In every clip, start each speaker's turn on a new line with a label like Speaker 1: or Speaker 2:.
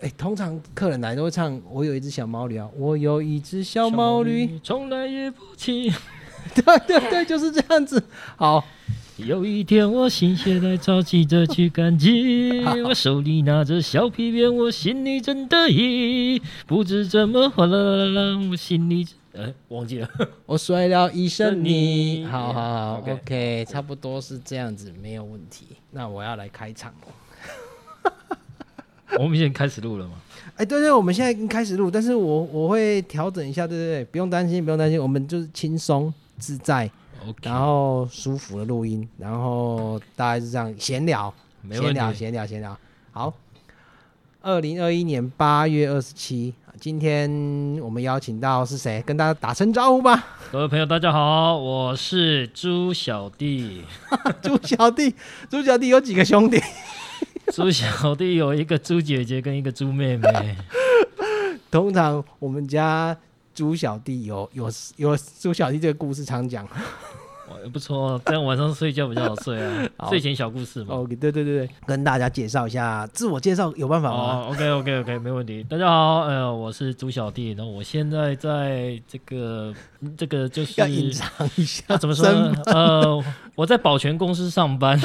Speaker 1: 哎、通常客人来都会唱“我有一只小毛驴”啊，“我有一只小毛驴，
Speaker 2: 从来也不骑。”
Speaker 1: 对 对对，就是这样子。好，
Speaker 2: 有一天我心血来潮，急着去赶集，我手里拿着小皮鞭，我心里真得意，不知怎么哗啦啦啦，我心里呃忘记了。
Speaker 1: 我摔了一身泥。
Speaker 2: 身泥
Speaker 1: 好好好
Speaker 2: OK
Speaker 1: ，OK，差不多是这样子，没有问题。那我要来开场了。
Speaker 2: 我们现在开始录了吗？
Speaker 1: 哎、对对，我们现在已经开始录，但是我我会调整一下，对对对，不用担心，不用担心，我们就是轻松自在，
Speaker 2: OK，
Speaker 1: 然后舒服的录音，然后大概是这样闲聊，
Speaker 2: 没
Speaker 1: 闲
Speaker 2: 问
Speaker 1: 聊，
Speaker 2: 题。
Speaker 1: 闲聊，闲聊。好，二零二一年八月二十七，今天我们邀请到是谁？跟大家打声招呼吧，
Speaker 2: 各位朋友，大家好，我是猪小弟。
Speaker 1: 猪小弟，猪小弟有几个兄弟？
Speaker 2: 猪小弟有一个猪姐姐跟一个猪妹妹。
Speaker 1: 通常我们家猪小弟有有有猪小弟这个故事常讲。
Speaker 2: 哇，不错哦，这样晚上睡觉比较好睡啊
Speaker 1: 好。
Speaker 2: 睡前小故事嘛。
Speaker 1: OK，对对对对，跟大家介绍一下，自我介绍有办法吗？
Speaker 2: 哦，OK OK OK，没问题。大家好，呃，我是猪小弟，然后我现在在这个嗯这个就是
Speaker 1: 要隐 藏一下，
Speaker 2: 要怎么说呢？呃，我在保全公司上班，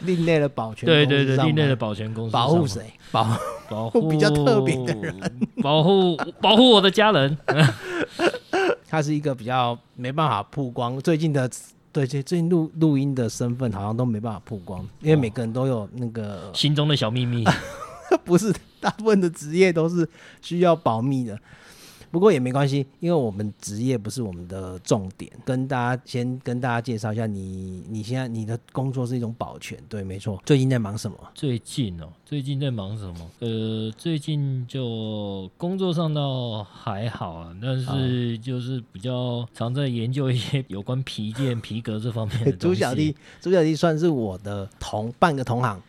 Speaker 1: 另类的保全，
Speaker 2: 对对对，另类的保全公司
Speaker 1: 保护
Speaker 2: 上班
Speaker 1: 谁？保护
Speaker 2: 保护
Speaker 1: 比较特别的
Speaker 2: 人，保护保护我的家人。
Speaker 1: 他是一个比较没办法曝光最近的。对，最最近录录音的身份好像都没办法曝光，因为每个人都有那 个，
Speaker 2: 心中的小秘密，
Speaker 1: 不是大部分的职业都是需要保密的。不过也没关系，因为我们职业不是我们的重点。跟大家先跟大家介绍一下你，你现在你的工作是一种保全，对，没错。最近在忙什么？
Speaker 2: 最近哦，最近在忙什么？呃，最近就工作上倒还好啊，但是就是比较常在研究一些有关皮件、皮革这方面的东西。
Speaker 1: 朱
Speaker 2: 啊
Speaker 1: 小弟，朱小弟算是我的同半个同行，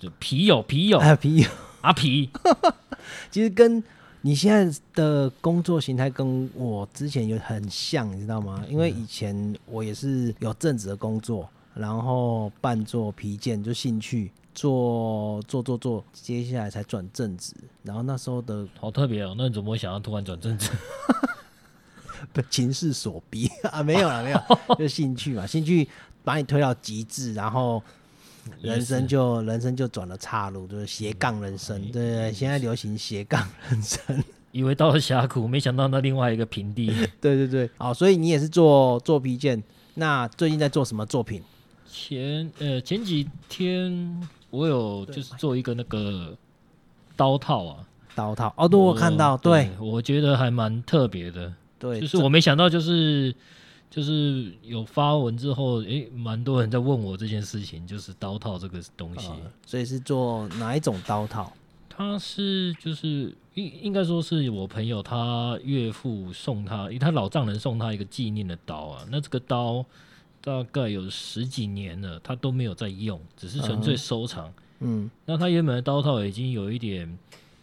Speaker 2: 就，皮友，皮 友，
Speaker 1: 哎，皮友。
Speaker 2: 阿皮，
Speaker 1: 其实跟你现在的工作形态跟我之前有很像，你知道吗？因为以前我也是有正职的工作，然后半做皮件，就兴趣做做做做，接下来才转正职。然后那时候的
Speaker 2: 好特别哦。那你怎么会想要突然转正职？
Speaker 1: 被情势所逼 啊，没有了，没有，就兴趣嘛，兴趣把你推到极致，然后人生就人生就转了岔路，就是斜杠人生，对对对，现在流行斜杠人生，
Speaker 2: 以为到了峡谷，没想到那另外一个平地。
Speaker 1: 对对对，好，所以你也是做做皮件，那最近在做什么作品？
Speaker 2: 前呃前几天我有就是做一个那个刀套啊，
Speaker 1: 刀套哦，对我有看到，对，
Speaker 2: 我觉得还蛮特别的。
Speaker 1: 对，
Speaker 2: 就是我没想到，就是就是有发文之后，诶，蛮多人在问我这件事情，就是刀套这个东西，
Speaker 1: 呃所以是做哪一种刀套？
Speaker 2: 它是就是应应该说是我朋友他岳父送他，因为他老丈人送他一个纪念的刀啊，那这个刀大概有十几年了，他都没有在用，只是纯粹收藏。
Speaker 1: 嗯，
Speaker 2: 那他原本的刀套已经有一点，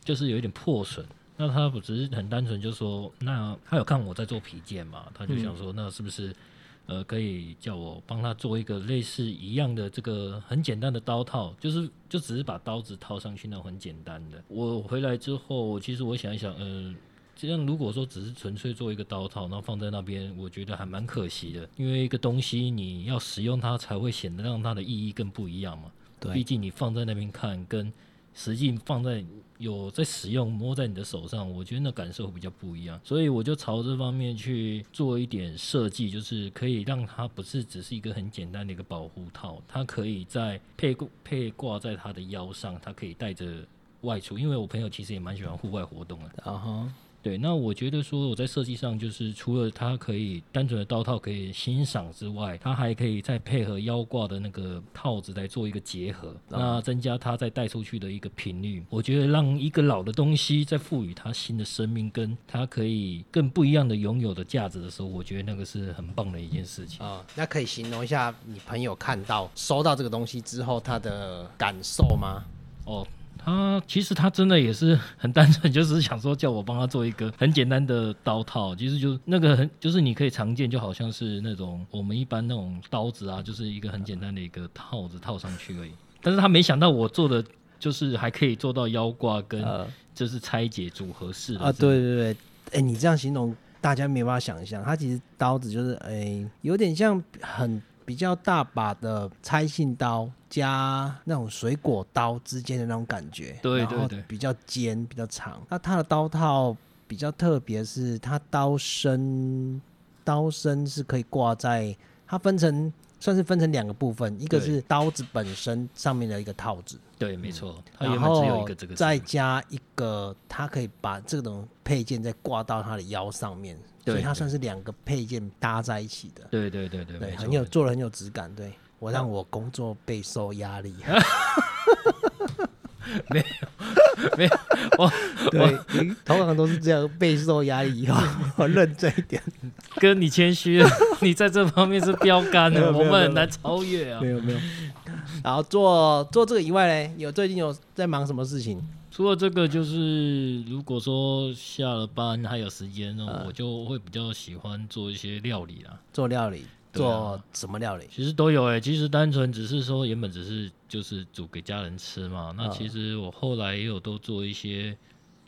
Speaker 2: 就是有一点破损。那他不只是很单纯就说，那他有看我在做皮件嘛，他就想说，那是不是呃可以叫我帮他做一个类似一样的这个很简单的刀套，就是就只是把刀子套上去那种很简单的。我回来之后，其实我想一想，呃。这样如果说只是纯粹做一个刀套，然后放在那边，我觉得还蛮可惜的，因为一个东西你要使用它，才会显得让它的意义更不一样嘛。毕
Speaker 1: 对，
Speaker 2: 竟你放在那边看，跟实际放在有在使用摸在你的手上，我觉得那感受会比较不一样。所以我就朝这方面去做一点设计，就是可以让它不是只是一个很简单的一个保护套，它可以在配挂配挂在它的腰上，它可以带着外出。因为我朋友其实也蛮喜欢户外活动的，
Speaker 1: 然后
Speaker 2: 对，那我觉得说我在设计上，就是除了它可以单纯的刀套可以欣赏之外，它还可以再配合腰挂的那个套子来做一个结合，那增加它再带出去的一个频率。我觉得让一个老的东西再赋予它新的生命，跟它可以更不一样的拥有的价值的时候，我觉得那个是很棒的一件事情。
Speaker 1: 啊、那可以形容一下你朋友看到收到这个东西之后他的感受吗？
Speaker 2: 哦。他其实他真的也是很单纯，就是想说叫我帮他做一个很简单的刀套，其实就是那个很就是你可以常见，就好像是那种我们一般那种刀子啊，就是一个很简单的一个套子套上去而已。但是他没想到我做的就是还可以做到腰挂跟
Speaker 1: 呃
Speaker 2: 就是拆解组合式的
Speaker 1: 啊，
Speaker 2: 这种
Speaker 1: 对对对，哎、你这样形容大家没办法想象，它其实刀子就是哎、有点像很比较大把的拆信刀加那种水果刀之间的那种感觉，
Speaker 2: 对
Speaker 1: 然
Speaker 2: 对
Speaker 1: 后
Speaker 2: 对
Speaker 1: 比较尖比较长。那它的刀套比较特别，是它刀身刀身是可以挂在它分成。算是分成两个部分，一个
Speaker 2: 对
Speaker 1: 是刀子本身上面的一个套子，
Speaker 2: 对，没错，它
Speaker 1: 然
Speaker 2: 原本
Speaker 1: 后
Speaker 2: 只有一个这个字
Speaker 1: 再加一个，它可以把这种配件再挂到它的腰上面，
Speaker 2: 对
Speaker 1: 所以它算是两个配件搭在一起的，
Speaker 2: 对对对对，
Speaker 1: 对，
Speaker 2: 没
Speaker 1: 很有
Speaker 2: 错。
Speaker 1: 做的很有质感，对。我让我工作备受压力，
Speaker 2: 没有，我
Speaker 1: 对，通常都是这样备受压力以后， 我认真一点。
Speaker 2: 跟你谦虚了，你在这方面是标杆
Speaker 1: 没有
Speaker 2: 的，
Speaker 1: 没
Speaker 2: 我
Speaker 1: 有没
Speaker 2: 们
Speaker 1: 有
Speaker 2: 很难超越啊。
Speaker 1: 有没有。然后做做这个以外呢，有最近有在忙什么事情？
Speaker 2: 除了这个，就是如果说下了班还有时间呢，
Speaker 1: 嗯
Speaker 2: 我就会比较喜欢做一些料理啦。
Speaker 1: 做料理，
Speaker 2: 对啊
Speaker 1: 做什么料理？
Speaker 2: 其实都有诶、欸其实单纯只是说原本只是就是煮给家人吃嘛。那
Speaker 1: 嗯
Speaker 2: 其实我后来也有都做一些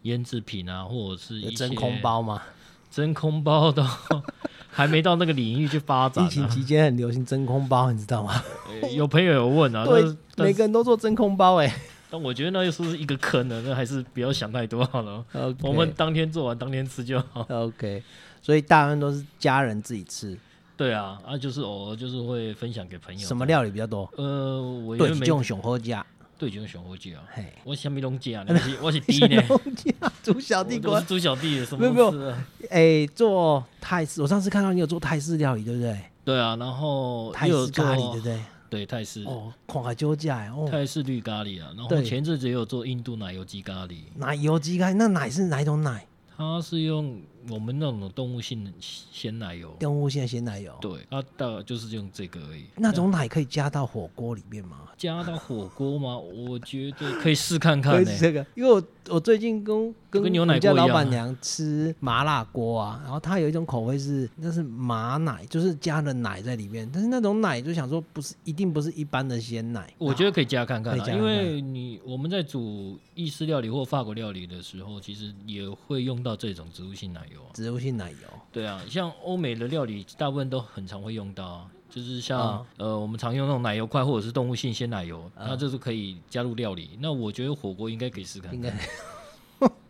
Speaker 2: 腌制品啊，或者是一
Speaker 1: 有
Speaker 2: 些
Speaker 1: 真空，包吗？
Speaker 2: 真空包到 还没到那个领域去发展、
Speaker 1: 疫
Speaker 2: 啊
Speaker 1: 情。期间很流行真空包，你知道吗？
Speaker 2: 呃有朋友有问啊，但
Speaker 1: 对
Speaker 2: 是，但
Speaker 1: 每
Speaker 2: 是
Speaker 1: 个人都做真空包哎、
Speaker 2: 但我觉得那又是一个坑了，那还是不要想太多好了。
Speaker 1: OK
Speaker 2: 我们当天做完当天吃就好。
Speaker 1: OK，所以大部分都是家人自己吃，
Speaker 2: 对啊，啊就是偶尔就是会分享给朋友。
Speaker 1: 什么？料理比较多？
Speaker 2: 呃，我
Speaker 1: 对，
Speaker 2: 原本
Speaker 1: 用熊喝家，
Speaker 2: 对就是熊火鸡啊，
Speaker 1: 嘿，
Speaker 2: 我虾米拢 啊，你是我是 D 呢。
Speaker 1: 熊家煮小帝
Speaker 2: 我
Speaker 1: 国
Speaker 2: 是。猪小弟，什么
Speaker 1: 没有没有
Speaker 2: 都吃啊
Speaker 1: 哎、做泰式，我上次看到你有做泰式料理，对不对？
Speaker 2: 对啊，然后
Speaker 1: 泰
Speaker 2: 又有
Speaker 1: 式
Speaker 2: 做
Speaker 1: 咖喱，对不对？
Speaker 2: 对泰式
Speaker 1: 哦，狂海酒架哎，哦，
Speaker 2: 泰式绿咖喱啊，然后
Speaker 1: 对
Speaker 2: 前阵子也有做印度奶油鸡咖喱，
Speaker 1: 奶油鸡咖喱，那奶是哪一种奶？
Speaker 2: 它是用我们那种动物性的鲜奶油，
Speaker 1: 动物性的鲜奶油，
Speaker 2: 对，它大概就是用这个而已。
Speaker 1: 那种奶可以加到火锅里面吗？
Speaker 2: 加到火锅吗？我觉得可以试看
Speaker 1: 可
Speaker 2: 看
Speaker 1: 以
Speaker 2: 呢、
Speaker 1: 吃这个，因为我我最近跟
Speaker 2: 就跟牛
Speaker 1: 我
Speaker 2: 奶
Speaker 1: 们家
Speaker 2: 锅一
Speaker 1: 老
Speaker 2: 样啊
Speaker 1: 板娘吃麻辣锅啊，然后她有一种口味是那是麻奶，就是加了奶在里面，但是那种奶就想说不是一定不是一般的鲜奶，
Speaker 2: 我觉得可以加看看
Speaker 1: 可以
Speaker 2: 啦，
Speaker 1: 加
Speaker 2: 因
Speaker 1: 看看
Speaker 2: 为你我们在煮意式料理或法国料理的时候，其实也会用到这种植物性奶油啊。
Speaker 1: 植物性奶油
Speaker 2: 对啊，像欧美的料理，大部分都很常会用到啊，就是像、
Speaker 1: 啊
Speaker 2: 呃，我们常用那种奶油块或者是动物性鲜奶油，
Speaker 1: 啊
Speaker 2: 那这是可以加入料理。那我觉得火锅应该可以试看
Speaker 1: 应
Speaker 2: 看。
Speaker 1: 该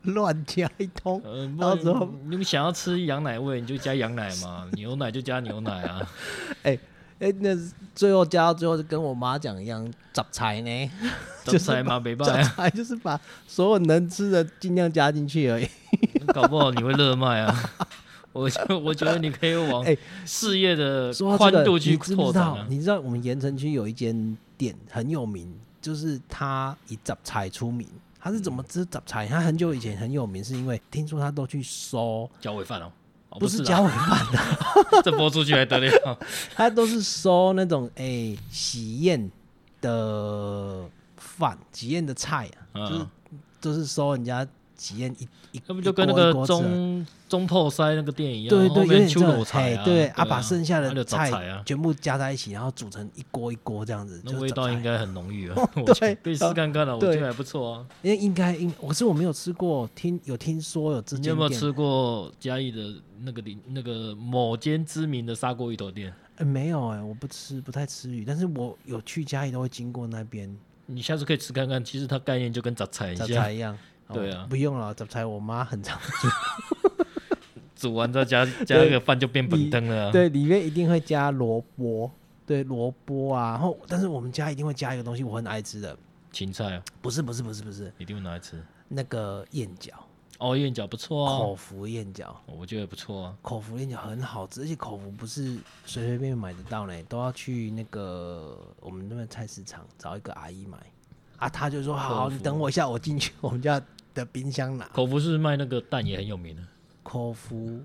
Speaker 1: 乱加一通，
Speaker 2: 呃，
Speaker 1: 到时候
Speaker 2: 不然你们想要吃羊奶味，你就加羊奶嘛； 牛奶就加牛奶啊。
Speaker 1: 哎、那最后加到最后就跟我妈讲一样，杂菜 呢，
Speaker 2: 就塞嘛，没办
Speaker 1: 杂
Speaker 2: 法，
Speaker 1: 菜就是把所有能吃的尽量加进去而已。
Speaker 2: 搞不好你会热卖啊。我就我觉得你可以往
Speaker 1: 哎
Speaker 2: 事业的
Speaker 1: 说到
Speaker 2: 宽
Speaker 1: 这个，
Speaker 2: 度去
Speaker 1: 你知不
Speaker 2: 拓
Speaker 1: 知
Speaker 2: 展
Speaker 1: 道？
Speaker 2: 啊。
Speaker 1: 你知道我们盐城区有一间店很有名，就是它以杂菜出名。它是怎
Speaker 2: 嗯
Speaker 1: 么吃杂菜？它很久以前很有名，是因为听说它都去收，
Speaker 2: 交尾饭哦，哦
Speaker 1: 不
Speaker 2: 是
Speaker 1: 是
Speaker 2: 啊
Speaker 1: 家尾饭 的，
Speaker 2: 这播出去还 得了？
Speaker 1: 它都是收那种哎、喜宴的饭、喜宴的菜啊，就是
Speaker 2: 嗯
Speaker 1: 就是收人家喜宴一一，
Speaker 2: 那不就跟
Speaker 1: 一
Speaker 2: 那
Speaker 1: 锅
Speaker 2: 个
Speaker 1: 一锅吃啊
Speaker 2: 中中破塞那个电影一样，
Speaker 1: 对
Speaker 2: 后
Speaker 1: 对，有
Speaker 2: 面
Speaker 1: 点
Speaker 2: 秋
Speaker 1: 这
Speaker 2: 楼
Speaker 1: 种
Speaker 2: 菜
Speaker 1: 嘿
Speaker 2: 啊，
Speaker 1: 对
Speaker 2: 啊，
Speaker 1: 把剩下
Speaker 2: 啊就
Speaker 1: 的
Speaker 2: 杂菜
Speaker 1: 菜
Speaker 2: 啊，
Speaker 1: 全部加在一起，然后煮成一锅一锅这样子，
Speaker 2: 那
Speaker 1: 就是
Speaker 2: 味
Speaker 1: 杂
Speaker 2: 道
Speaker 1: 菜哦
Speaker 2: 应该很浓 郁啊，我觉得
Speaker 1: 对
Speaker 2: 可以试 看看了，我觉
Speaker 1: 对
Speaker 2: 得还不错啊。
Speaker 1: 因为应该应，我是我没有吃过，听有听说有这间
Speaker 2: 你
Speaker 1: 店，
Speaker 2: 有没有吃过嘉义的那个里那个某间知名的砂锅鱼头店？
Speaker 1: 呃没有哎、我不吃，不太吃鱼，但是我有去家里都会经过那边，
Speaker 2: 你下次可以吃看看，其实它概念就跟杂菜一
Speaker 1: 杂
Speaker 2: 样
Speaker 1: 菜，一样。哦
Speaker 2: 对啊
Speaker 1: 不用了，杂菜我妈很常，
Speaker 2: 煮完再加加那个饭就变本灯了 啊。
Speaker 1: 对，里面一定会加萝卜，对，萝卜啊，然后但是我们家一定会加一个东西，我很爱吃的，
Speaker 2: 芹菜啊
Speaker 1: 不是不是不是不是
Speaker 2: 一定会拿来吃。
Speaker 1: 那个燕饺，
Speaker 2: 哦，燕饺不错啊
Speaker 1: 口，服燕饺，
Speaker 2: 我觉得不错啊。
Speaker 1: 口服燕饺很好吃，而且口服不是随随便便买得到呢，都要去那个我们那边菜市场找一个阿姨买。啊，她就说好
Speaker 2: 口
Speaker 1: 好，
Speaker 2: 服
Speaker 1: 你等我一下，我进去我们家的冰箱拿。
Speaker 2: 口服是卖那个蛋也很有名的，
Speaker 1: 口服，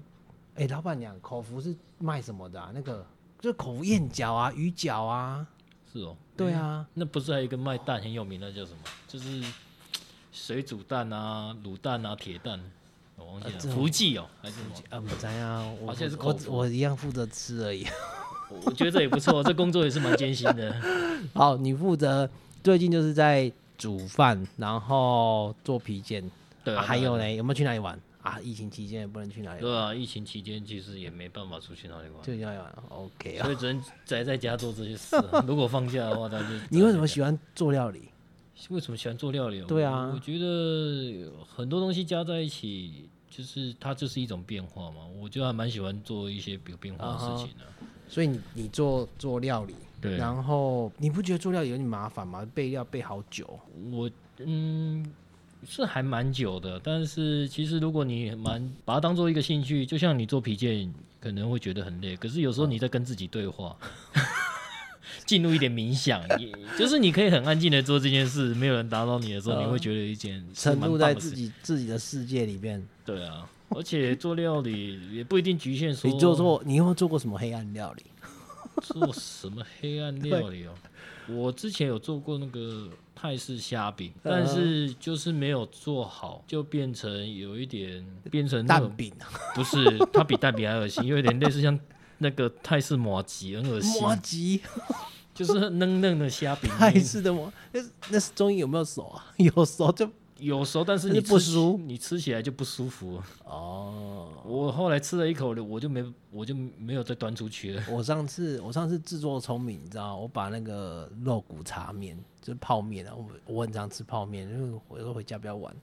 Speaker 1: 哎、老板娘，口服是卖什么的啊？那个就是口服燕饺啊，鱼饺啊，
Speaker 2: 是哦。
Speaker 1: 对啊，
Speaker 2: 那不是还有一个卖蛋很有名的叫什么？就是水煮蛋啊、卤蛋啊、铁蛋，我忘记
Speaker 1: 啊
Speaker 2: 了，
Speaker 1: 这种
Speaker 2: 福记哦还是什么？
Speaker 1: 啊，不知啊，我
Speaker 2: 好像是
Speaker 1: 我
Speaker 2: 口服
Speaker 1: 我一样负责吃而已。
Speaker 2: 我我觉得这也不错，这工作也是蛮艰辛的。
Speaker 1: 好，你负责最近就是在煮饭，然后做皮件。
Speaker 2: 对
Speaker 1: 啊
Speaker 2: 啊，
Speaker 1: 还
Speaker 2: 对啊
Speaker 1: 有呢，有没有去哪里玩啊？疫情期间也不能去哪里玩，
Speaker 2: 对啊，疫情期间其实也没办法出去哪里玩，
Speaker 1: 就去哪里玩？OK 啊。
Speaker 2: 所以只能宅在家做这些事、 啊。如果放假的话，那就
Speaker 1: 你为什么喜欢做料理？
Speaker 2: 为什么喜欢做料理？
Speaker 1: 对啊
Speaker 2: 我我觉得很多东西加在一起，就是它就是一种变化嘛。我就还蛮喜欢做一些有变化的事情的、
Speaker 1: 所以你你做做料理，
Speaker 2: 对
Speaker 1: 啊然后你不觉得做料理有点麻烦吗？备料备好久，
Speaker 2: 我嗯是还蛮久的，但是其实如果你蛮把它当做一个兴趣，就像你做皮件可能会觉得很累，可是有时候你在跟自己对话。 进入一点冥想，也就是你可以很安静的做这件事，没有人打扰你的时候，你会觉得一件是
Speaker 1: 呃沉
Speaker 2: 蛮
Speaker 1: 入
Speaker 2: 棒
Speaker 1: 在
Speaker 2: 的
Speaker 1: 自
Speaker 2: 事
Speaker 1: 己自己的世界里面。
Speaker 2: 对啊，而且做料理也不一定局限 说
Speaker 1: 你做做，你有没有做过什么黑暗料理？
Speaker 2: 做什么黑暗料理哦。我之前有做过那个泰式虾饼，
Speaker 1: 嗯
Speaker 2: 但是就是没有做好，就变成有一点变成那
Speaker 1: 蛋
Speaker 2: 种
Speaker 1: 饼啊，
Speaker 2: 不是，它比蛋饼还恶心，有一点类似像那个泰式麻吉，很恶心，
Speaker 1: 麻吉，
Speaker 2: 嗯就是嫩嫩的虾饼，
Speaker 1: 泰式的麻，那那是中医有没有熟啊？ 有熟就
Speaker 2: 有时候 但是你
Speaker 1: 但是不
Speaker 2: 吃起
Speaker 1: 舒
Speaker 2: 你吃起来就不舒服。
Speaker 1: 哦。
Speaker 2: 我后来吃了一口，我就没我就没有再端出去了。
Speaker 1: 我上次我上次自作聪明，你知道，我把那个肉骨茶面，就是泡面啊，我我很常吃泡面，因为我有时候回家比较晚，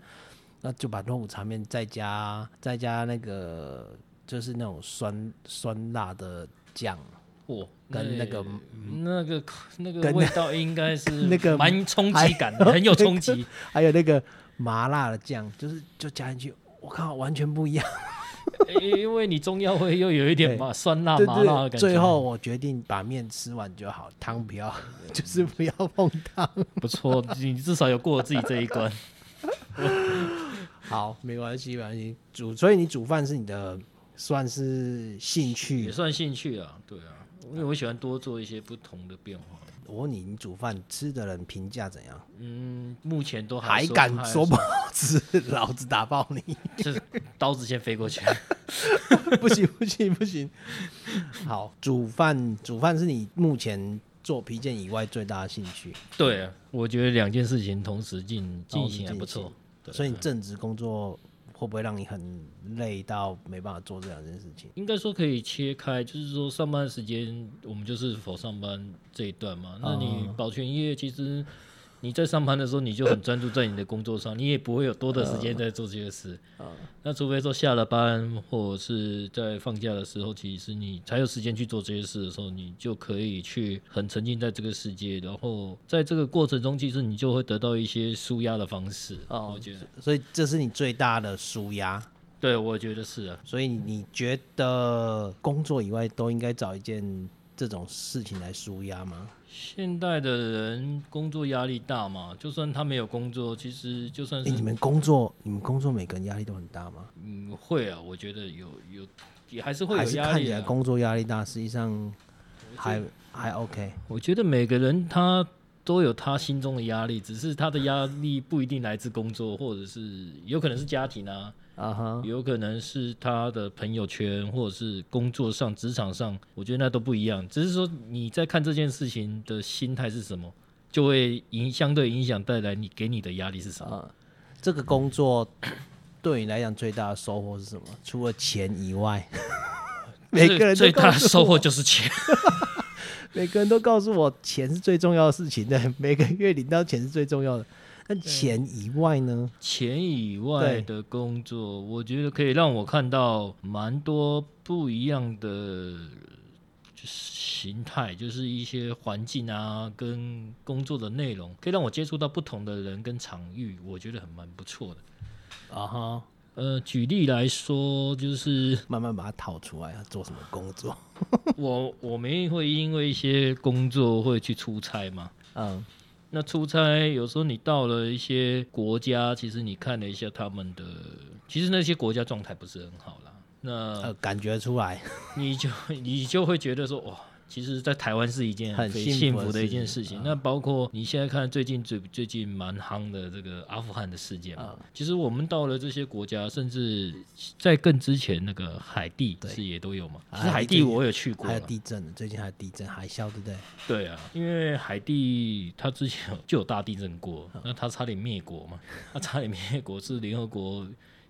Speaker 1: 那就把肉骨茶面再加再加那个就是那种酸酸辣的酱，
Speaker 2: 哦，
Speaker 1: 跟那个
Speaker 2: 嗯那个那个
Speaker 1: 嗯跟
Speaker 2: 味道应该是
Speaker 1: 那个
Speaker 2: 蛮冲击感的，很有 冲击。
Speaker 1: 还有那个麻辣的酱，就是就加进去，我靠，完全不一样。
Speaker 2: 因因为你中药会又有一点
Speaker 1: 对
Speaker 2: 麻酸辣
Speaker 1: 对
Speaker 2: 啊麻辣
Speaker 1: 对，
Speaker 2: 的感觉。
Speaker 1: 最后我决定把面吃完就好，汤不要， 就是不要碰汤。
Speaker 2: 不错，你至少有过了自己这 一关。
Speaker 1: 好，没关系，没关系。煮，所以你煮饭是你的算是兴
Speaker 2: 也
Speaker 1: 趣。
Speaker 2: 算兴趣啊，对啊，因为我喜欢多做一些不同的变化。
Speaker 1: 我问你，你煮饭吃的人评价怎样？
Speaker 2: 嗯，目前都
Speaker 1: 还
Speaker 2: 说
Speaker 1: 敢说不好吃， 老子打爆你！
Speaker 2: 就是刀子先飞过去。
Speaker 1: 不行不行不行。好，煮饭煮饭是你目前做皮件以外最大的兴趣，
Speaker 2: 对啊，我觉得两件事情同时进进行还不
Speaker 1: 同
Speaker 2: 错。对
Speaker 1: 所以你正职工作会不会让你很累到没办法做这两件事情？
Speaker 2: 应该说可以切开，就是说上班时间我们就是否上班这一段嘛。那你
Speaker 1: 啊
Speaker 2: 保全业其实你在上班的时候，你就很专注在你的工作上，你也不会有多的时
Speaker 1: 啊
Speaker 2: 间在做这些事。那除非说下了班或者是在放假的时候，其实你才有时间去做这些事的时候，你就可以去很沉浸在这个世界，然后在这个过程中，其实你就会得到一些舒压的方式。
Speaker 1: 哦
Speaker 2: 我觉得，
Speaker 1: 所以这是你最大的舒压。
Speaker 2: 对，我觉得是啊。
Speaker 1: 所以你觉得工作以外都应该找一件这种事情来舒压吗？
Speaker 2: 现代的人工作压力大嘛，就算他没有工作，其实就算
Speaker 1: 哎、
Speaker 2: 是、
Speaker 1: 你们工作，你们工作每个人压力都很大吗？
Speaker 2: 嗯会啊，我觉得有有也还是会
Speaker 1: 还
Speaker 2: 有
Speaker 1: 是
Speaker 2: 压
Speaker 1: 看
Speaker 2: 力啊
Speaker 1: 起来
Speaker 2: 的、
Speaker 1: 工作压力大，实际上还还 OK。
Speaker 2: 啊我觉得每个人他都有他心中的压力，只是他的压力不一定来自工作，或者是有可能是家庭啊，
Speaker 1: 啊哈，
Speaker 2: 有可能是他的朋友圈，或者是工作上、职场上，我觉得那都不一样。只是说你在看这件事情的心态是什么，就会影相对影响带来你给你的压力是什么。
Speaker 1: 啊，这个工作对你来讲最大的收获是什么？除了钱以 外，每个人都
Speaker 2: 最最大
Speaker 1: 告
Speaker 2: 的
Speaker 1: 诉
Speaker 2: 收获
Speaker 1: 我
Speaker 2: 就是钱。
Speaker 1: 每个人都告诉我，钱是最重要的事情对，每个月领到钱是最重要的。那钱以外呢？
Speaker 2: 钱以外的工作，我觉得可以让我看到蛮多不一样的就是形态，就是一些环境啊，跟工作的内容，可以让我接触到不同的人跟场域，我觉得很蛮不错的。
Speaker 1: 啊哈，
Speaker 2: 呃，举例来说，就是
Speaker 1: 慢慢把它套出来，要做什么工作？
Speaker 2: 我我们会因为一些工作会去出差嘛，
Speaker 1: 嗯，
Speaker 2: 那出差有时候你到了一些国家，其实你看了一下他们的，其实那些国家状态不是很好啦。那
Speaker 1: 呃，感觉出来，
Speaker 2: 你就你就会觉得说，哇，其实，在台湾是一件
Speaker 1: 很
Speaker 2: 非
Speaker 1: 幸
Speaker 2: 幸
Speaker 1: 福的
Speaker 2: 福的
Speaker 1: 事
Speaker 2: 一
Speaker 1: 情啊
Speaker 2: 件事情。那包括你现在看最近最最近蛮夯的这个阿富汗的事
Speaker 1: 啊
Speaker 2: 件嘛，其实我们到了这些国家，甚至在更之前那个海地
Speaker 1: 对
Speaker 2: 是也都有嘛。
Speaker 1: 啊
Speaker 2: 其实海
Speaker 1: 海
Speaker 2: 地
Speaker 1: 地
Speaker 2: 我有去过
Speaker 1: 还
Speaker 2: 啦
Speaker 1: 有，地震了，最近还有地震海啸，对不对？
Speaker 2: 对啊，因为海地它之前就有大地震过，那它差点灭国嘛，它差点灭国是联合国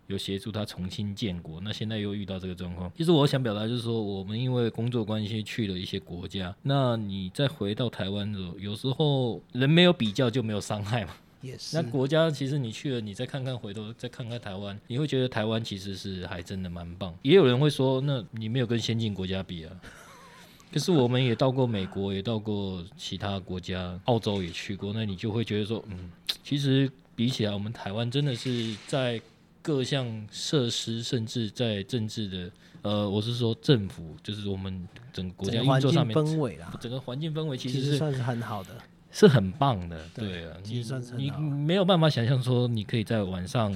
Speaker 2: 有协助它重新建国，那现在又遇到这个状况。其实我想表达就是说，我们因为工作关系去了一些国家，那你再回到台湾的时候，有时候人没有比较就没有伤害嘛。
Speaker 1: 也是
Speaker 2: 那。国家其实你去了，你再看看回头再看看台湾，你会觉得台湾其实是还真的蛮棒。也有人会说，那你没有跟先进国家比啊。 可是我们也到过美国，也到过其他国家，澳洲也去过，那你就会觉得说，嗯，其实比起来，我们台湾真的是在各项设施，甚至在政治的，呃，我是说政府，就是我们整个国
Speaker 1: 整
Speaker 2: 家
Speaker 1: 个环
Speaker 2: 运
Speaker 1: 境
Speaker 2: 作上面，
Speaker 1: 氛围啦，
Speaker 2: 整个环境氛围其
Speaker 1: 其
Speaker 2: 实
Speaker 1: 实
Speaker 2: 是
Speaker 1: 算是很好的，
Speaker 2: 是很棒的，
Speaker 1: 对
Speaker 2: 对啊，
Speaker 1: 其实算是很
Speaker 2: 你
Speaker 1: 好
Speaker 2: 你没有办法想象说你可以在晚上，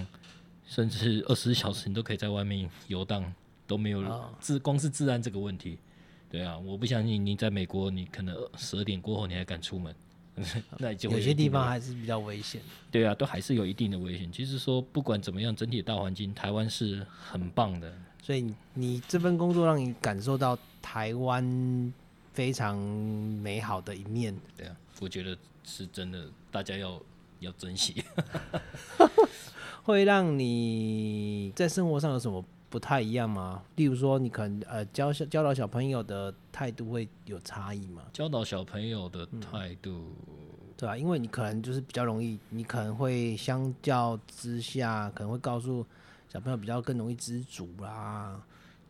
Speaker 2: 甚至二十小时你都可以在外面游荡，都没有
Speaker 1: 哦
Speaker 2: 自、光是治安这个问题，对啊，我不相信你在美国，你可能十二点过后你还敢出门， 那就会
Speaker 1: 有
Speaker 2: 一
Speaker 1: 些
Speaker 2: 定
Speaker 1: 地方
Speaker 2: 的
Speaker 1: 还是比较危险。
Speaker 2: 对啊，都还是有一定的危险。其实说不管怎么样，整体的大环境台湾是很棒的，
Speaker 1: 所以你你这份工作让你感受到台湾非常美好的一面。
Speaker 2: 对啊，我觉得是真的，大家要要 珍惜。
Speaker 1: 会让你在生活上有什么不太一样吗？例如说，你可能呃教小教导小朋友的态度会有差异吗？
Speaker 2: 教导小朋友的态度。
Speaker 1: 对啊，因为你可能就是比较容易，你可能会相较之下，可能会告诉小朋友比较更容易知足啦，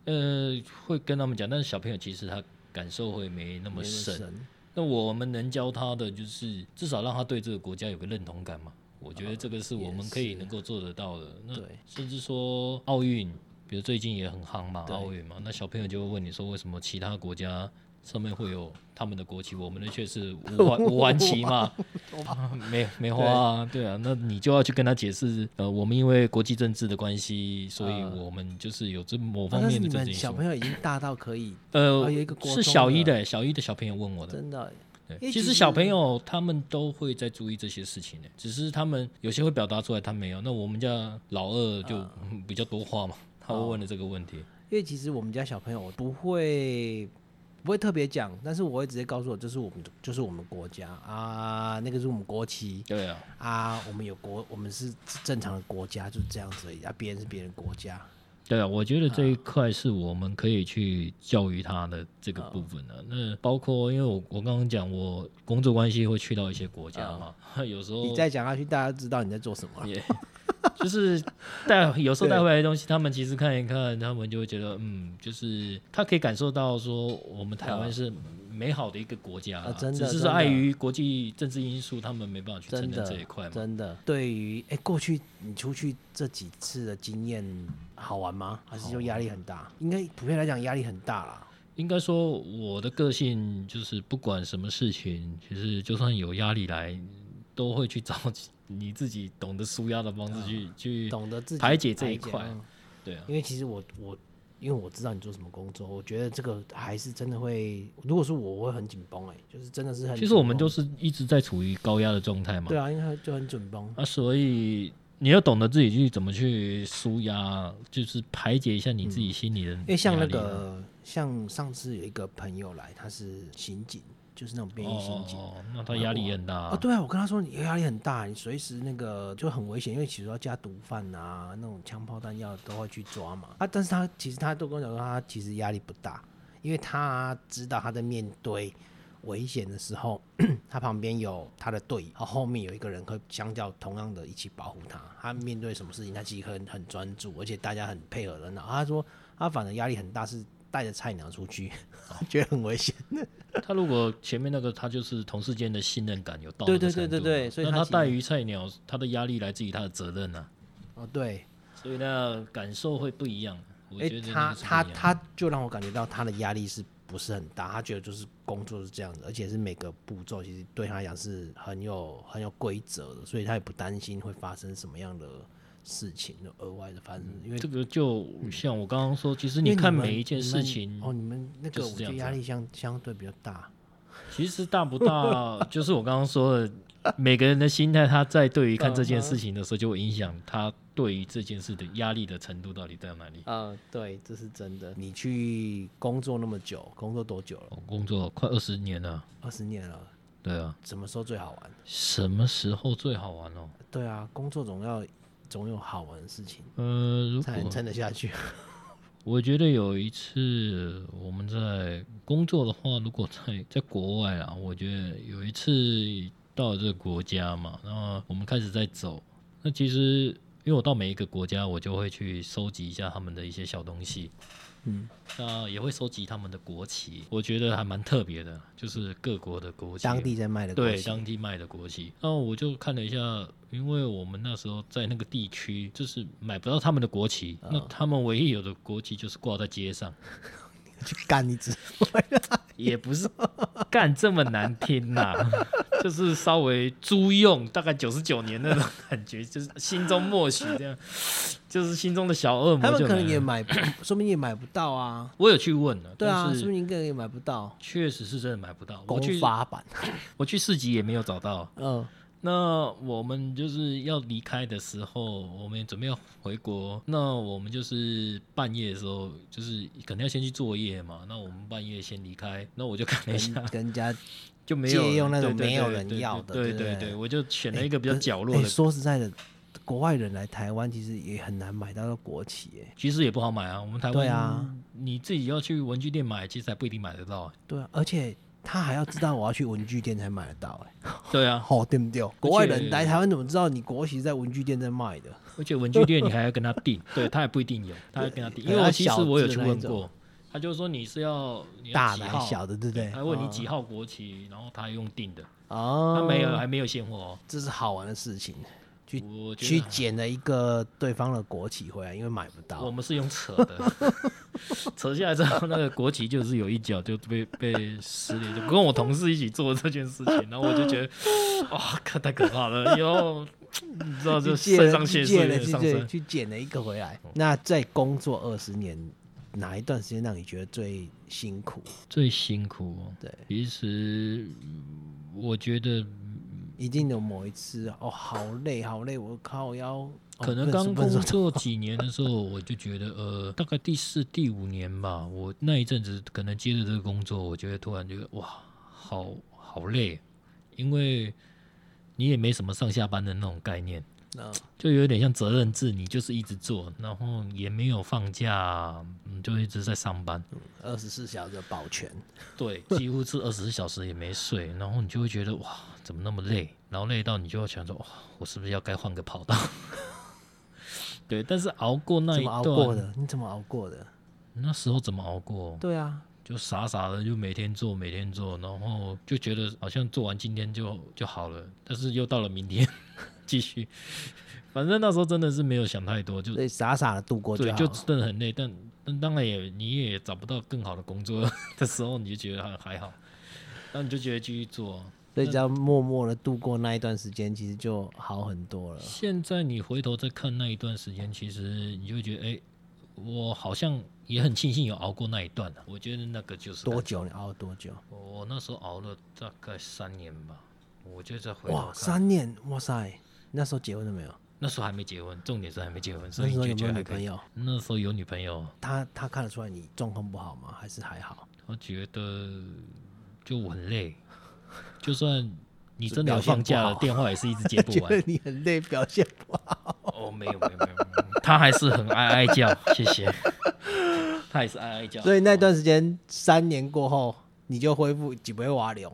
Speaker 2: 呃，会跟他们讲，但是小朋友其实他感受会没那
Speaker 1: 那
Speaker 2: 么深。那我们能教他的，就是至少让他对这个国家有个认同感嘛。我觉得这个是我们可以能够做得到的。那
Speaker 1: 对
Speaker 2: 甚至说奥运，比如最近也很夯嘛，
Speaker 1: 对
Speaker 2: 奥运嘛，那小朋友就会问你说，为什么其他国家上面会有他们的国旗，我们的却是五环五环旗 嘛？梅梅花啊，对啊，那你就要去跟他解释，呃，我们因为国际政治的关系，所以我们就是有这某
Speaker 1: 啊
Speaker 2: 方
Speaker 1: 但是
Speaker 2: 面的
Speaker 1: 你
Speaker 2: 政
Speaker 1: 们
Speaker 2: 治因
Speaker 1: 小
Speaker 2: 素。
Speaker 1: 朋友已经大到可以，
Speaker 2: 呃
Speaker 1: 啊有一个，国
Speaker 2: 是
Speaker 1: 中
Speaker 2: 小
Speaker 1: 的
Speaker 2: 一的小一的小朋友问我的，
Speaker 1: 真的
Speaker 2: 对
Speaker 1: 因为
Speaker 2: 其
Speaker 1: 其
Speaker 2: 实
Speaker 1: 实
Speaker 2: 小朋友他们都会在注意这些事情的，只是他们有些会表达出来，他没有。那我们家老二就嗯比较多话嘛，他会问了这个问题。
Speaker 1: 因为其实我们家小朋友我不会不会特别讲，但是我会直接告诉我，这是我们就是我们国家啊，那个是我们国旗
Speaker 2: 对啊，
Speaker 1: 啊，我们有国，我们是正常的国家，就是这样子而已啊，别人是别人国家，
Speaker 2: 对啊，我觉得这一块是我们可以去教育他的这个部分的、啊那包括因为我我刚刚讲，我工作关系会去到一些国家嘛， 有时候
Speaker 1: 你再讲下去，大家知道你在做什么了。
Speaker 2: 也就是带有时候带
Speaker 1: 对
Speaker 2: 回来的东西，他们其实看一看，他们就会觉得，嗯，就是他可以感受到说，我们台湾是美好的一个国家啦，
Speaker 1: 啊真的
Speaker 2: 只是
Speaker 1: 真
Speaker 2: 说
Speaker 1: 的
Speaker 2: 碍于国际政治因素，他们没办法去承
Speaker 1: 真
Speaker 2: 认
Speaker 1: 的
Speaker 2: 这一块嘛。
Speaker 1: 真的，对于哎、过去你出去这几次的经验好玩吗？还是就压力很大？应该普遍来讲压力很大啦。
Speaker 2: 应该说，我的个性就是不管什么事情，其实就算有压力来，都会去找你自己懂得舒压的方式去、去
Speaker 1: 啊懂得自己
Speaker 2: 嗯排解这一块
Speaker 1: 嗯
Speaker 2: 对啊，
Speaker 1: 因为其实我我因为我知道你做什么工作，我觉得这个还是真的会，如果是我，我会很紧绷哎，就是真的是很紧绷。
Speaker 2: 其实我们都是一直在处于高压的状态嘛。
Speaker 1: 对啊，因为就很紧绷。
Speaker 2: 啊，所以你要懂得自己去怎么去舒压，就是排解一下你自己心里的、
Speaker 1: 嗯
Speaker 2: 啊
Speaker 1: 因为像那，个像上次有一个朋友来，他是刑警，就是那种
Speaker 2: 哦
Speaker 1: 便衣刑
Speaker 2: 哦
Speaker 1: 警。
Speaker 2: 哦，那他压力也很大、
Speaker 1: 啊，对啊，我跟他说你压力很大，你随时那个就很危险，因为其实要加毒贩啊，那种枪炮弹药都会去抓嘛。啊，但是他其实他都跟我讲说，他其实压力不大，因为他知道他在面对危险的时候， 他旁边有他的队友，他后面有一个人会相较同样的一起保护他。他面对什么事情，他其实很很专注，而且大家很配合的。然后他说，他反而压力很大，是带着菜鸟出去， 觉得很危险。
Speaker 2: 啊他如果前面那个他就是同事间的信任感有到
Speaker 1: 对
Speaker 2: 那
Speaker 1: 对对
Speaker 2: 个程度
Speaker 1: 对对
Speaker 2: 嘛
Speaker 1: 所以
Speaker 2: 那
Speaker 1: 他
Speaker 2: 他
Speaker 1: 其
Speaker 2: 带鱼菜鸟，他的压力来自于他的责任啊，
Speaker 1: 哦，对，
Speaker 2: 所以那感受会不一样。我
Speaker 1: 哎、
Speaker 2: 觉得
Speaker 1: 他
Speaker 2: 那个是不
Speaker 1: 他
Speaker 2: 一样
Speaker 1: 他就让我感觉到他的压力是不是很大？他觉得就是工作是这样子，而且是每个步骤其实对他来讲是很有很有规则的，所以他也不担心会发生什么样的事情额外的发生，因为
Speaker 2: 嗯这个就像我刚刚说，其实
Speaker 1: 因为
Speaker 2: 你看
Speaker 1: 们
Speaker 2: 每一件
Speaker 1: 你
Speaker 2: 事
Speaker 1: 们
Speaker 2: 情，
Speaker 1: 哦，你们那
Speaker 2: 就
Speaker 1: 个
Speaker 2: 是
Speaker 1: 我
Speaker 2: 这
Speaker 1: 觉
Speaker 2: 样
Speaker 1: 得
Speaker 2: 子
Speaker 1: 压
Speaker 2: 啊
Speaker 1: 力相相对比较大，
Speaker 2: 其实大不大，就是我刚刚说的，每个人的心态，他在对于看这件事情的时候，就会影响他对于这件事的压力的程度到底在哪里。
Speaker 1: 嗯，对，这是真的。你去工作那么久，工作多久了？
Speaker 2: 我工作快二十年了，
Speaker 1: 二十年了，
Speaker 2: 对啊，
Speaker 1: 什么时候最好玩？
Speaker 2: 什么时候最好玩哦？
Speaker 1: 对啊，工作总要总有好玩的事情
Speaker 2: 呃，如
Speaker 1: 才能
Speaker 2: 果
Speaker 1: 撑得下去。
Speaker 2: 我觉得有一次我们在工作的话，如果在在国外啊，我觉得有一次到了这个国家嘛，然后我们开始在走。那其实因为我到每一个国家，我就会去收集一下他们的一些小东西，
Speaker 1: 嗯，
Speaker 2: 那也会收集他们的国旗，我觉得还蛮特别的，就是各国的国旗，
Speaker 1: 当地在卖的
Speaker 2: 对
Speaker 1: 东西
Speaker 2: 当地卖的国旗。那我就看了一下，因为我们那时候在那个地区，就是买不到他们的国旗，
Speaker 1: 嗯
Speaker 2: 那他们唯一有的国旗就是挂在 街上，
Speaker 1: 去干你 只
Speaker 2: 也不是干这么难听呐、 就是稍微租用，大概九十九年那种感觉，就是心中默许这样，就是心中的小恶魔
Speaker 1: 他们
Speaker 2: 就
Speaker 1: 可
Speaker 2: 来
Speaker 1: 能也
Speaker 2: 了。
Speaker 1: 买不， 说明也买不到啊。
Speaker 2: 我有去问了，
Speaker 1: 对啊，
Speaker 2: 但
Speaker 1: 说
Speaker 2: 是
Speaker 1: 明可能也买不到
Speaker 2: 确实是真的买不到。我
Speaker 1: 公
Speaker 2: 去
Speaker 1: 发 版。
Speaker 2: 我去市集也没有找到。
Speaker 1: 嗯，
Speaker 2: 那我们就是要离开的时候，我们准备要回国。那我们就是半夜的时候，就是肯定要先去作业嘛。那我们半夜先离开，那我就看了一
Speaker 1: 跟
Speaker 2: 下，
Speaker 1: 跟人家
Speaker 2: 就没有
Speaker 1: 哎借用那种
Speaker 2: 对对
Speaker 1: 没有
Speaker 2: 对
Speaker 1: 人
Speaker 2: 对
Speaker 1: 要的
Speaker 2: 对
Speaker 1: 对不对
Speaker 2: 对，我就选了一个
Speaker 1: 哎
Speaker 2: 比较
Speaker 1: 可是
Speaker 2: 角落
Speaker 1: 哎
Speaker 2: 的，
Speaker 1: 说实在的，国外人来台湾其实也很难买到国旗耶。
Speaker 2: 其实也不好买啊。我们台湾
Speaker 1: 哎对啊，
Speaker 2: 你自己要去文具店买，其实还不一定买得 到啊。
Speaker 1: 对啊，而且他还要知道我要去文具店才买得到哎。
Speaker 2: 对啊，
Speaker 1: 哦，对不对？国外人
Speaker 2: 且
Speaker 1: 来台湾怎么知道你国旗在文具店在卖的？
Speaker 2: 而且文具店你还要跟他 订，对他也不一定有，他要跟他订，因为我其实我有去问过，他就说你是要你要
Speaker 1: 大
Speaker 2: 几
Speaker 1: 的
Speaker 2: 号
Speaker 1: 还小的，对不对？啊
Speaker 2: 他问你几号国旗，然后他用订的，
Speaker 1: 哦，
Speaker 2: 他没有还没有现货哦。
Speaker 1: 这是好玩的事情。去
Speaker 2: 我觉
Speaker 1: 去
Speaker 2: 得
Speaker 1: 捡了一个对方的国旗回来，因为买不
Speaker 2: 我
Speaker 1: 到。
Speaker 2: 们是用扯的， 扯下来之后，那个国旗就是有一角就被被撕裂，就跟我同事一起做这件事情，然后我就觉得哇， 可太可怕了，以后你知道就
Speaker 1: 去借
Speaker 2: 肾
Speaker 1: 了
Speaker 2: 上
Speaker 1: 去
Speaker 2: 腺
Speaker 1: 借
Speaker 2: 素
Speaker 1: 了
Speaker 2: 的
Speaker 1: 去
Speaker 2: 上
Speaker 1: 借
Speaker 2: 升。哦
Speaker 1: 去捡了一个回来。那在工作二十年，哪一段时间让你觉得最辛苦？
Speaker 2: 最辛苦哦，
Speaker 1: 对，
Speaker 2: 其实嗯我觉得
Speaker 1: 一定有某一次哦，好累，好累，我靠腰。哦
Speaker 2: 可能
Speaker 1: 不
Speaker 2: 刚
Speaker 1: 说不
Speaker 2: 工
Speaker 1: 说
Speaker 2: 作几年的时候，我就觉得，呃，大概第四、第五年吧，我那一阵子可能接着这个工作，我觉得突然觉得，哇，好好累，因为你也没什么上下班的那种概念，
Speaker 1: 嗯
Speaker 2: 就有点像责任制，你就是一直做，然后也没有放假，嗯，就一直在上班，
Speaker 1: 二十四小时的保全，
Speaker 2: 对，几乎是二十四小时也没睡，然后你就会觉得哇，怎么那么累？然后累到你就要想说，哇，我是不是要该换个跑道？ 对，但是熬过那
Speaker 1: 怎
Speaker 2: 一
Speaker 1: 么熬
Speaker 2: 段，
Speaker 1: 过的？你怎么熬过的？
Speaker 2: 那时候怎么熬过？
Speaker 1: 对啊，
Speaker 2: 就傻傻的就每天做，每天做，然后就觉得好像做完今天就就好了，但是又到了明天 继续，反正那时候真的是没有想太多，就
Speaker 1: 所以傻傻的度过
Speaker 2: 对，
Speaker 1: 好
Speaker 2: 就
Speaker 1: 了
Speaker 2: 真的很累，但但当然也你也找不到更好的工作的时候，你就觉得还还好，然后你就觉得继续做。
Speaker 1: 所以只要默默的度过那一段时间，其实就好很多了。
Speaker 2: 现在你回头再看那一段时间，其实你就会觉得，哎、我好像也很庆幸有熬过那一段、啊、我觉得那个就是
Speaker 1: 多久？你熬了多久？
Speaker 2: 我我那时候熬了大概三年吧，我就再回头
Speaker 1: 哇，
Speaker 2: 看，
Speaker 1: 三年！哇塞，那时候结婚了没有？
Speaker 2: 那时候还没结婚，重点是还没结婚，所
Speaker 1: 那
Speaker 2: 以
Speaker 1: 时
Speaker 2: 你
Speaker 1: 候有
Speaker 2: 就
Speaker 1: 没有
Speaker 2: 觉得
Speaker 1: 女
Speaker 2: 还可
Speaker 1: 朋
Speaker 2: 以。
Speaker 1: 友？
Speaker 2: 那时候有女朋友，
Speaker 1: 他他看得出来你状况不好吗？还是还好？
Speaker 2: 我觉得就我很累， 就算你
Speaker 1: 就
Speaker 2: 真的
Speaker 1: 表
Speaker 2: 有
Speaker 1: 现
Speaker 2: 放
Speaker 1: 不
Speaker 2: 假
Speaker 1: 好
Speaker 2: 了，电话也是一直接不
Speaker 1: 觉
Speaker 2: 完
Speaker 1: 得。你很累，表现不好。
Speaker 2: 哦，没有没有没有，没有 他还是很哀哀叫，谢谢。 他也是哀哀叫。
Speaker 1: 所以那段时间三年过后，你就恢复几杯瓦流。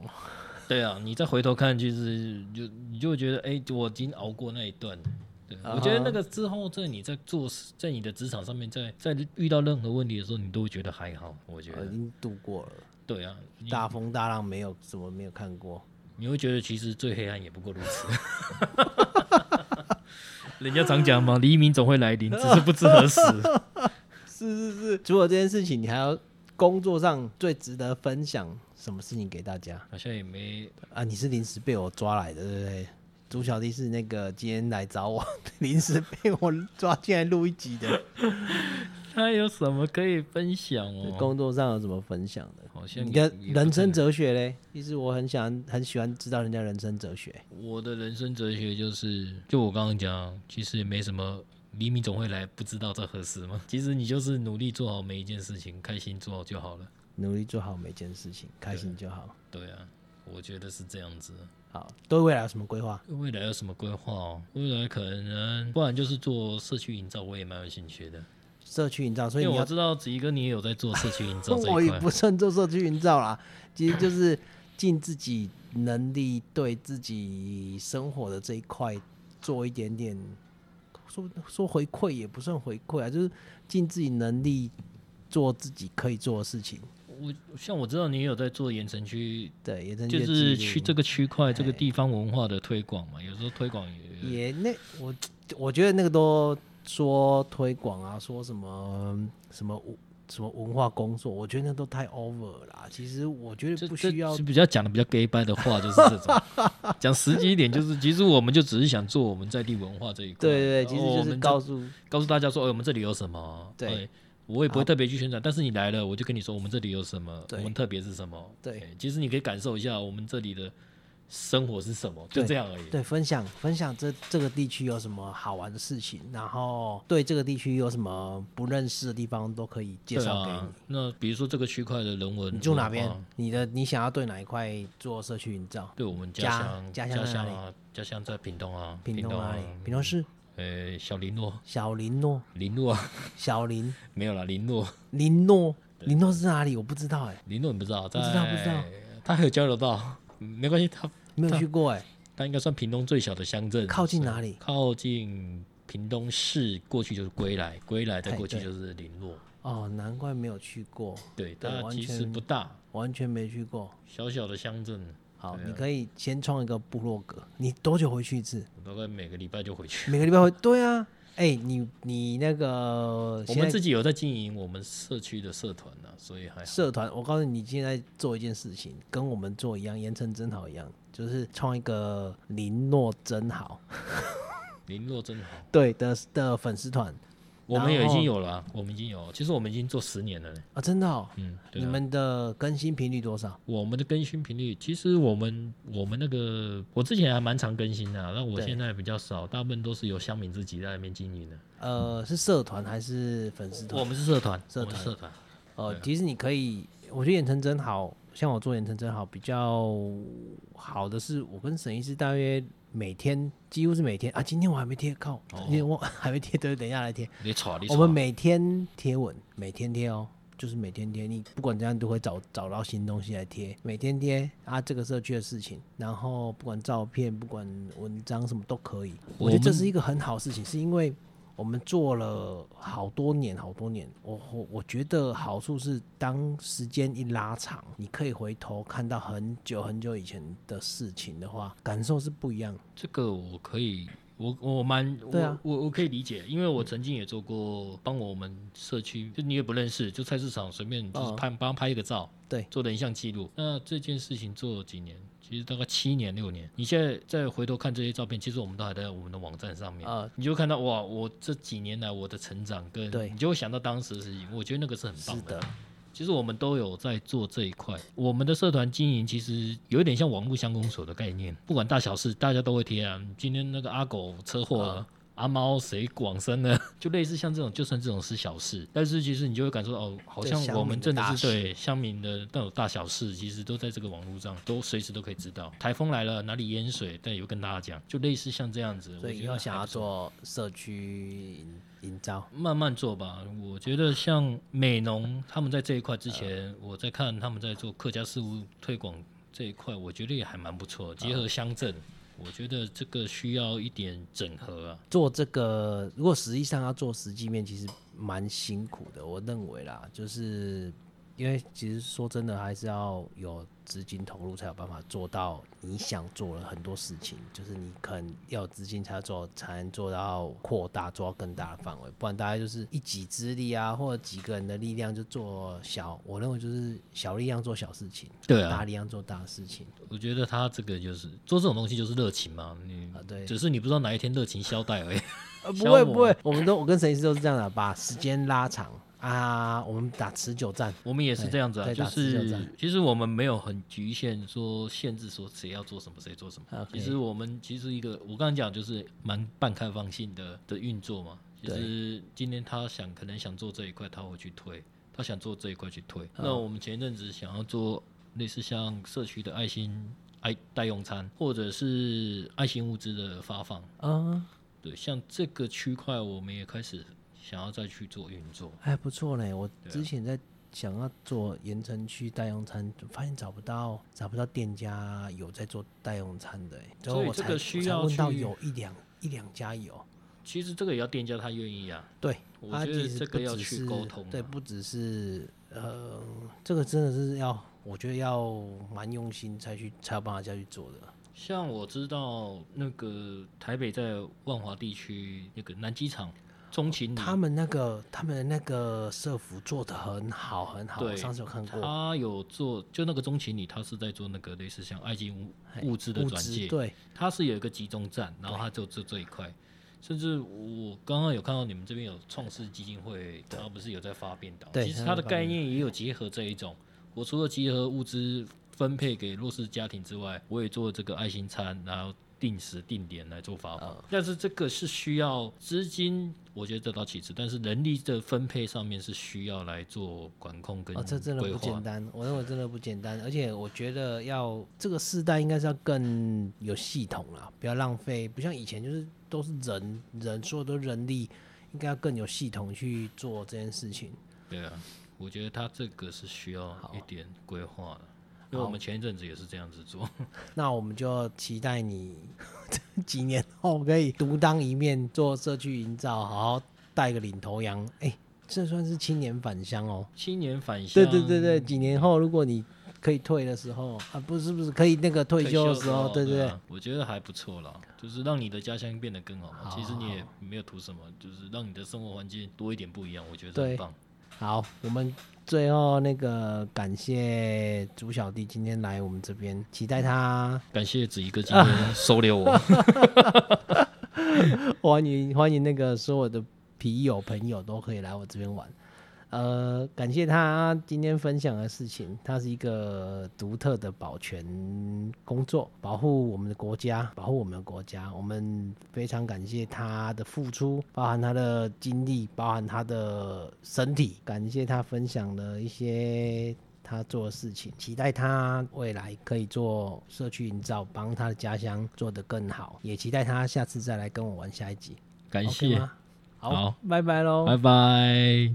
Speaker 2: 对啊，你再回头看，就是就你就会觉得，哎、我已经熬过那一段了。对，
Speaker 1: 啊哈
Speaker 2: 我觉得那个之后，在你在做事，在你的职场上面，在在遇到任何问题的时候，你都会觉得还好。我觉
Speaker 1: 我已
Speaker 2: 得，
Speaker 1: 经度过了，
Speaker 2: 对啊，你
Speaker 1: 大风大浪没有什么没有看过。
Speaker 2: 你会觉得其实最黑暗也不过 如此。 人家常讲嘛，黎明总会来临，只是不知 何时。
Speaker 1: 是是是，除了这件事情，你还要工作上最值得分享什么事情给大家
Speaker 2: 好像也没
Speaker 1: 啊？你是临时被我抓来的，对不对？朱小弟是那个今天来找我， 临时被我抓进来录一集的。
Speaker 2: 他有什么可以分享哦？
Speaker 1: 工作上有什么分享的？
Speaker 2: 好像
Speaker 1: 你的
Speaker 2: 也也不
Speaker 1: 人生
Speaker 2: 太
Speaker 1: 哲学嘞？其实我很想很喜欢知道人家人生哲学。
Speaker 2: 我的人生哲学就是，就我刚刚讲，其实也没什么。黎明总会来，不知道这何时吗？ 其实你就是努力做好每一件事情，开心做好就好了。
Speaker 1: 努力做好每件事情，开心就好。
Speaker 2: 对啊，我觉得是这样子。
Speaker 1: 好，对未来有什么规划？
Speaker 2: 未来有什么规划哦？未来可能不然就是做社区营造，我也蛮有兴趣的。
Speaker 1: 社区营造，所
Speaker 2: 因
Speaker 1: 以
Speaker 2: 为
Speaker 1: 你
Speaker 2: 我
Speaker 1: 要
Speaker 2: 知道子怡哥你也有在做社区营 造这
Speaker 1: 我
Speaker 2: 一
Speaker 1: 也
Speaker 2: 块，
Speaker 1: 不算做社区营造啦，其实就是尽自己能力对自己生活的这一块做一点点，说说回馈也不算回馈啊，就是尽自己能力做自己可以做的事情。
Speaker 2: 我像我知道你也有在做盐城区，
Speaker 1: 对，也真
Speaker 2: 就是去这个区块这个
Speaker 1: 嘿
Speaker 2: 地方文化的推广嘛。有时候推广也
Speaker 1: 哎也那我我觉得那个都说推广啊，说什么什么文什么文化工作，我觉得那都太 over 了啦。其实我觉
Speaker 2: 这
Speaker 1: 得不
Speaker 2: 这
Speaker 1: 需要
Speaker 2: 是比较讲的比较 gay 掰的话，就是这种 讲实际一点，就是其实我们就只是想做我们在地文化这一块。
Speaker 1: 对对，其实
Speaker 2: 然后
Speaker 1: 就
Speaker 2: 哦我
Speaker 1: 是
Speaker 2: 们
Speaker 1: 告诉
Speaker 2: 告诉大家说，哎、我们这里有什么？
Speaker 1: 对
Speaker 2: 哎我也不会特别去宣传，但是你来了，我就跟你说我们这里有什么，我
Speaker 1: 对
Speaker 2: 们特别是什么。
Speaker 1: 对
Speaker 2: 哎，其实你可以感受一下我们这里的生活是什么，就
Speaker 1: 对
Speaker 2: 这样而已。
Speaker 1: 对分享分享这这个地区有什么好玩的事情，然后对这个地区有什么不认识的地方都可以介
Speaker 2: 对
Speaker 1: 绍给你。
Speaker 2: 啊，那比如说这个区块的人文，
Speaker 1: 你住哪边
Speaker 2: 文化？
Speaker 1: 你的你想要对哪一块做社区营造？
Speaker 2: 对我们
Speaker 1: 家
Speaker 2: 乡，
Speaker 1: 家
Speaker 2: 家
Speaker 1: 乡在哪里
Speaker 2: 啊，家乡在屏东啊，
Speaker 1: 屏东哪里？屏
Speaker 2: 屏
Speaker 1: 东市
Speaker 2: 呃，小林诺，
Speaker 1: 小林诺，
Speaker 2: 林诺啊，
Speaker 1: 小林
Speaker 2: 没有啦，林诺，
Speaker 1: 林诺，林诺是哪里？我不知道哎、
Speaker 2: 林诺你不知道，在
Speaker 1: 知道不知道
Speaker 2: 他还有交流道，嗯没关系，他
Speaker 1: 没有去过哎、
Speaker 2: 它应该算屏东最小的乡镇，
Speaker 1: 靠近哪里？
Speaker 2: 靠近屏东市，过去就是归来，归来再
Speaker 1: 哎
Speaker 2: 过去
Speaker 1: 对
Speaker 2: 就是林落。
Speaker 1: 哦，难怪没有去过，
Speaker 2: 对，
Speaker 1: 对
Speaker 2: 它
Speaker 1: 完
Speaker 2: 其实
Speaker 1: 全
Speaker 2: 不大，
Speaker 1: 完全没去过。
Speaker 2: 小小的乡镇，
Speaker 1: 好，
Speaker 2: 对啊
Speaker 1: 你可以先创一个部落格。你多久回去一 次？
Speaker 2: 我大概每个礼拜就回去。
Speaker 1: 每个礼拜回？对 啊，哎、你你那个
Speaker 2: 我
Speaker 1: 现
Speaker 2: 们
Speaker 1: 在
Speaker 2: 自己有在经营我们社区的社团呢、所以还好。
Speaker 1: 社团，我告诉你，你现在做一件事情，跟我们做一样，盐城真好一样，就是创一个林诺真好
Speaker 2: 林落真好，
Speaker 1: 对的的粉丝团
Speaker 2: 我们也
Speaker 1: 然
Speaker 2: 已
Speaker 1: 后
Speaker 2: 经有了啊、我们已经有了，其实我们已经做十年了呢。
Speaker 1: 啊，真的哦。
Speaker 2: 嗯，对啊
Speaker 1: 你们的更新频率多少？
Speaker 2: 我们的更新频率，其实我们我们那个我之前还蛮常更新的啊、那我
Speaker 1: 对
Speaker 2: 现在比较少，大部分都是由乡民自己在那边经营的。
Speaker 1: 呃，是社团还是粉丝团？
Speaker 2: 我们是社团，
Speaker 1: 社
Speaker 2: 我们是
Speaker 1: 团
Speaker 2: 社团。
Speaker 1: 呃
Speaker 2: 对，啊
Speaker 1: 其实你可以，我觉得盐城真好，像我做盐城真好比较好的是，我跟沈医师大约每天几乎是每天啊，今天我还没贴，靠，
Speaker 2: 哦
Speaker 1: 今天我还没贴，对，等一下来贴。
Speaker 2: 你吵，你啊
Speaker 1: 我
Speaker 2: 吵。
Speaker 1: 们每天贴文，每天贴哦，就是每天贴，你不管怎样都会找找到新东西来贴，每天贴啊这个社区的事情，然后不管照片、不管文章什么都可以。
Speaker 2: 我
Speaker 1: 我觉得这
Speaker 2: 们
Speaker 1: 是一个很好的事情，是因为我们做了好多年、好多年，我我我觉得好处是，当时间一拉长，你可以回头看到很久很久以前的事情的话，感受是不一样。
Speaker 2: 这个我可以，我我蛮
Speaker 1: 对啊，
Speaker 2: 我我我可以理解，因为我曾经也做过帮我们社区，就你也不认识，就菜市场随便就是
Speaker 1: 嗯
Speaker 2: 拍帮他拍一个照，
Speaker 1: 对
Speaker 2: 做人像记录。那这件事情做了几年？其实大概七年六年，你现在再回头看这些照片，其实我们都还在我们的网站上面，
Speaker 1: 呃
Speaker 2: 你就会看到哇，我这几年来我的成长跟，
Speaker 1: 对
Speaker 2: 你就会想到当时的事情，我觉得那个是很棒
Speaker 1: 是的，
Speaker 2: 其实我们都有在做这一块。我们的社团经营其实有一点像网络乡公所的概念，不管大小事，大家都会贴啊。今天那个阿狗车祸
Speaker 1: 啊
Speaker 2: 了。阿猫谁往生了？就类似像这种，就算这种是小事，但是其实你就会感受到，哦，好像
Speaker 1: 对乡
Speaker 2: 我们
Speaker 1: 民的
Speaker 2: 真的
Speaker 1: 大
Speaker 2: 是
Speaker 1: 事
Speaker 2: 对乡民的那种大小事，其实都在这个网络上，都随时都可以知道。台风来了，哪里淹水，但也会跟大家讲，就类似像这样子。
Speaker 1: 所
Speaker 2: 我
Speaker 1: 以
Speaker 2: 觉
Speaker 1: 以
Speaker 2: 得
Speaker 1: 后想
Speaker 2: 还
Speaker 1: 要
Speaker 2: 不错
Speaker 1: 做社区营营造。
Speaker 2: 慢慢做吧。我觉得像美农他们在这一块之前，
Speaker 1: 啊
Speaker 2: 我在看他们在做客家事务推广这一块，我觉得也还蛮不错。
Speaker 1: 啊
Speaker 2: 结合乡镇，我觉得这个需要一点整合啊。
Speaker 1: 做这个，如果实际上要做实际面，其实蛮辛苦的，我认为啦，就是因为其实说真的，还是要有资金投入才有办法做到你想做的很多事情。就是你可能要有资金才做，才能做到扩大，做到更大的范围。不然大家就是一己之力啊，或者几个人的力量就做小。我认为就是小力量做小事情，
Speaker 2: 对啊
Speaker 1: 大力量做大事情。
Speaker 2: 我觉得他这个就是做这种东西就是热情嘛，你
Speaker 1: 啊对
Speaker 2: 只是你不知道哪一天热情消怠而已。
Speaker 1: 呃，不
Speaker 2: 消
Speaker 1: 会
Speaker 2: 磨啊
Speaker 1: 不会，我们都我跟陈医师都是这样的，把时间拉长啊，我们打持久战。
Speaker 2: 我们也是这样子啊，
Speaker 1: 对
Speaker 2: 就
Speaker 1: 打持久
Speaker 2: 是
Speaker 1: 战
Speaker 2: 其实我们没有很局限说限制说谁要做什么谁做什么。
Speaker 1: OK
Speaker 2: 其实我们其实一个我刚刚讲就是蛮半开放性的的运作嘛。其
Speaker 1: 对
Speaker 2: 实今天他想可能想做这一块，他会去推；他想做这一块去推。
Speaker 1: 嗯
Speaker 2: 那我们前一阵子想要做类似像社区的爱心爱代用餐，或者是爱心物资的发放，
Speaker 1: 嗯，
Speaker 2: 对，像这个区块我们也开始想要再去做运作。
Speaker 1: 还哎不错嘞。我
Speaker 2: 啊
Speaker 1: 之前在想要做盐城区代用餐，发现找不到找不到店家有在做代用餐的欸，最后
Speaker 2: 所以
Speaker 1: 我
Speaker 2: 这
Speaker 1: 才
Speaker 2: 个
Speaker 1: 我
Speaker 2: 需
Speaker 1: 才
Speaker 2: 要
Speaker 1: 问到
Speaker 2: 去
Speaker 1: 有一两一两家有。
Speaker 2: 其实这个也要店家他愿意啊。
Speaker 1: 对，
Speaker 2: 我
Speaker 1: 他
Speaker 2: 觉得
Speaker 1: 其实
Speaker 2: 这
Speaker 1: 不
Speaker 2: 个要
Speaker 1: 只
Speaker 2: 去
Speaker 1: 是
Speaker 2: 沟通啊
Speaker 1: 对，
Speaker 2: 嘛
Speaker 1: 不只是呃，这个真的是要，我觉得要蛮用心才去才有办法下去做的。
Speaker 2: 像我知道那个台北在万华地区那个南机场中情里，
Speaker 1: 他们那个他们那个社服做的很好很好，我
Speaker 2: 对
Speaker 1: 上次有看过。
Speaker 2: 他有做，就那个中情里，他是在做那个类似像爱心物
Speaker 1: 嘿
Speaker 2: 物资的
Speaker 1: 物
Speaker 2: 转
Speaker 1: 资
Speaker 2: 介，
Speaker 1: 对，
Speaker 2: 他是有一个集中站，然后他就做这一块。甚至我刚刚有看到你们这边有创世基金会，他不是有在发便当？
Speaker 1: 对
Speaker 2: 其实
Speaker 1: 它在
Speaker 2: 它的
Speaker 1: 发
Speaker 2: 概
Speaker 1: 便
Speaker 2: 念也有结合这一种。我除了结合物资分配给弱势家庭之外，我也做这个爱心餐，然后定时定点来做发放。
Speaker 1: 嗯
Speaker 2: 但是这个是需要资金，我觉得这倒其次，但是人力的分配上面是需要来做管控跟
Speaker 1: 啊，这真的
Speaker 2: 规
Speaker 1: 不
Speaker 2: 划
Speaker 1: 简。单，我认为真的不简单，而且我觉得要这个世代应该是要更有系统啦，不要浪费，不像以前就是都是人人所有都人力，应该要更有系统去做这件事情。
Speaker 2: 对啊，我觉得他这个是需要一点规划的，因为我们前一阵子也是这样子 做。
Speaker 1: 那我们就期待你 几年后可以独当一面，做社区营造，好好带个领头羊。哎、这算是青年返乡哦。
Speaker 2: 青年返乡，
Speaker 1: 对对对对，，几年后如果你可以退的时候啊，不是不是可以那个退休的时候，嗯对
Speaker 2: 对
Speaker 1: 对对
Speaker 2: 啊，我觉得还不错啦，就是让你的家乡变得更好嘛。
Speaker 1: 好
Speaker 2: 其实你也
Speaker 1: 好
Speaker 2: 没有图什么，就是让你的生活环境多一点不一样，我觉得
Speaker 1: 对
Speaker 2: 很棒。
Speaker 1: 好，我们最后那个感谢朱小弟今天来我们这边，期待他
Speaker 2: 感谢子怡哥今天收留我，
Speaker 1: 欢迎欢迎那个所有的皮友朋友都可以来我这边玩。呃，感谢他今天分享的事情，他是一个独特的保全工作，保护我们的国家，保护我们的国家。我们非常感谢他的付出，包含他的精力，包含他的身体，感谢他分享了一些他做的事情，期待他未来可以做社区营造，帮他的家乡做得更好，也期待他下次再来跟我玩下一集。
Speaker 2: 感
Speaker 1: OK
Speaker 2: 谢，
Speaker 1: 吗好，
Speaker 2: 好
Speaker 1: 拜拜喽，
Speaker 2: 拜拜。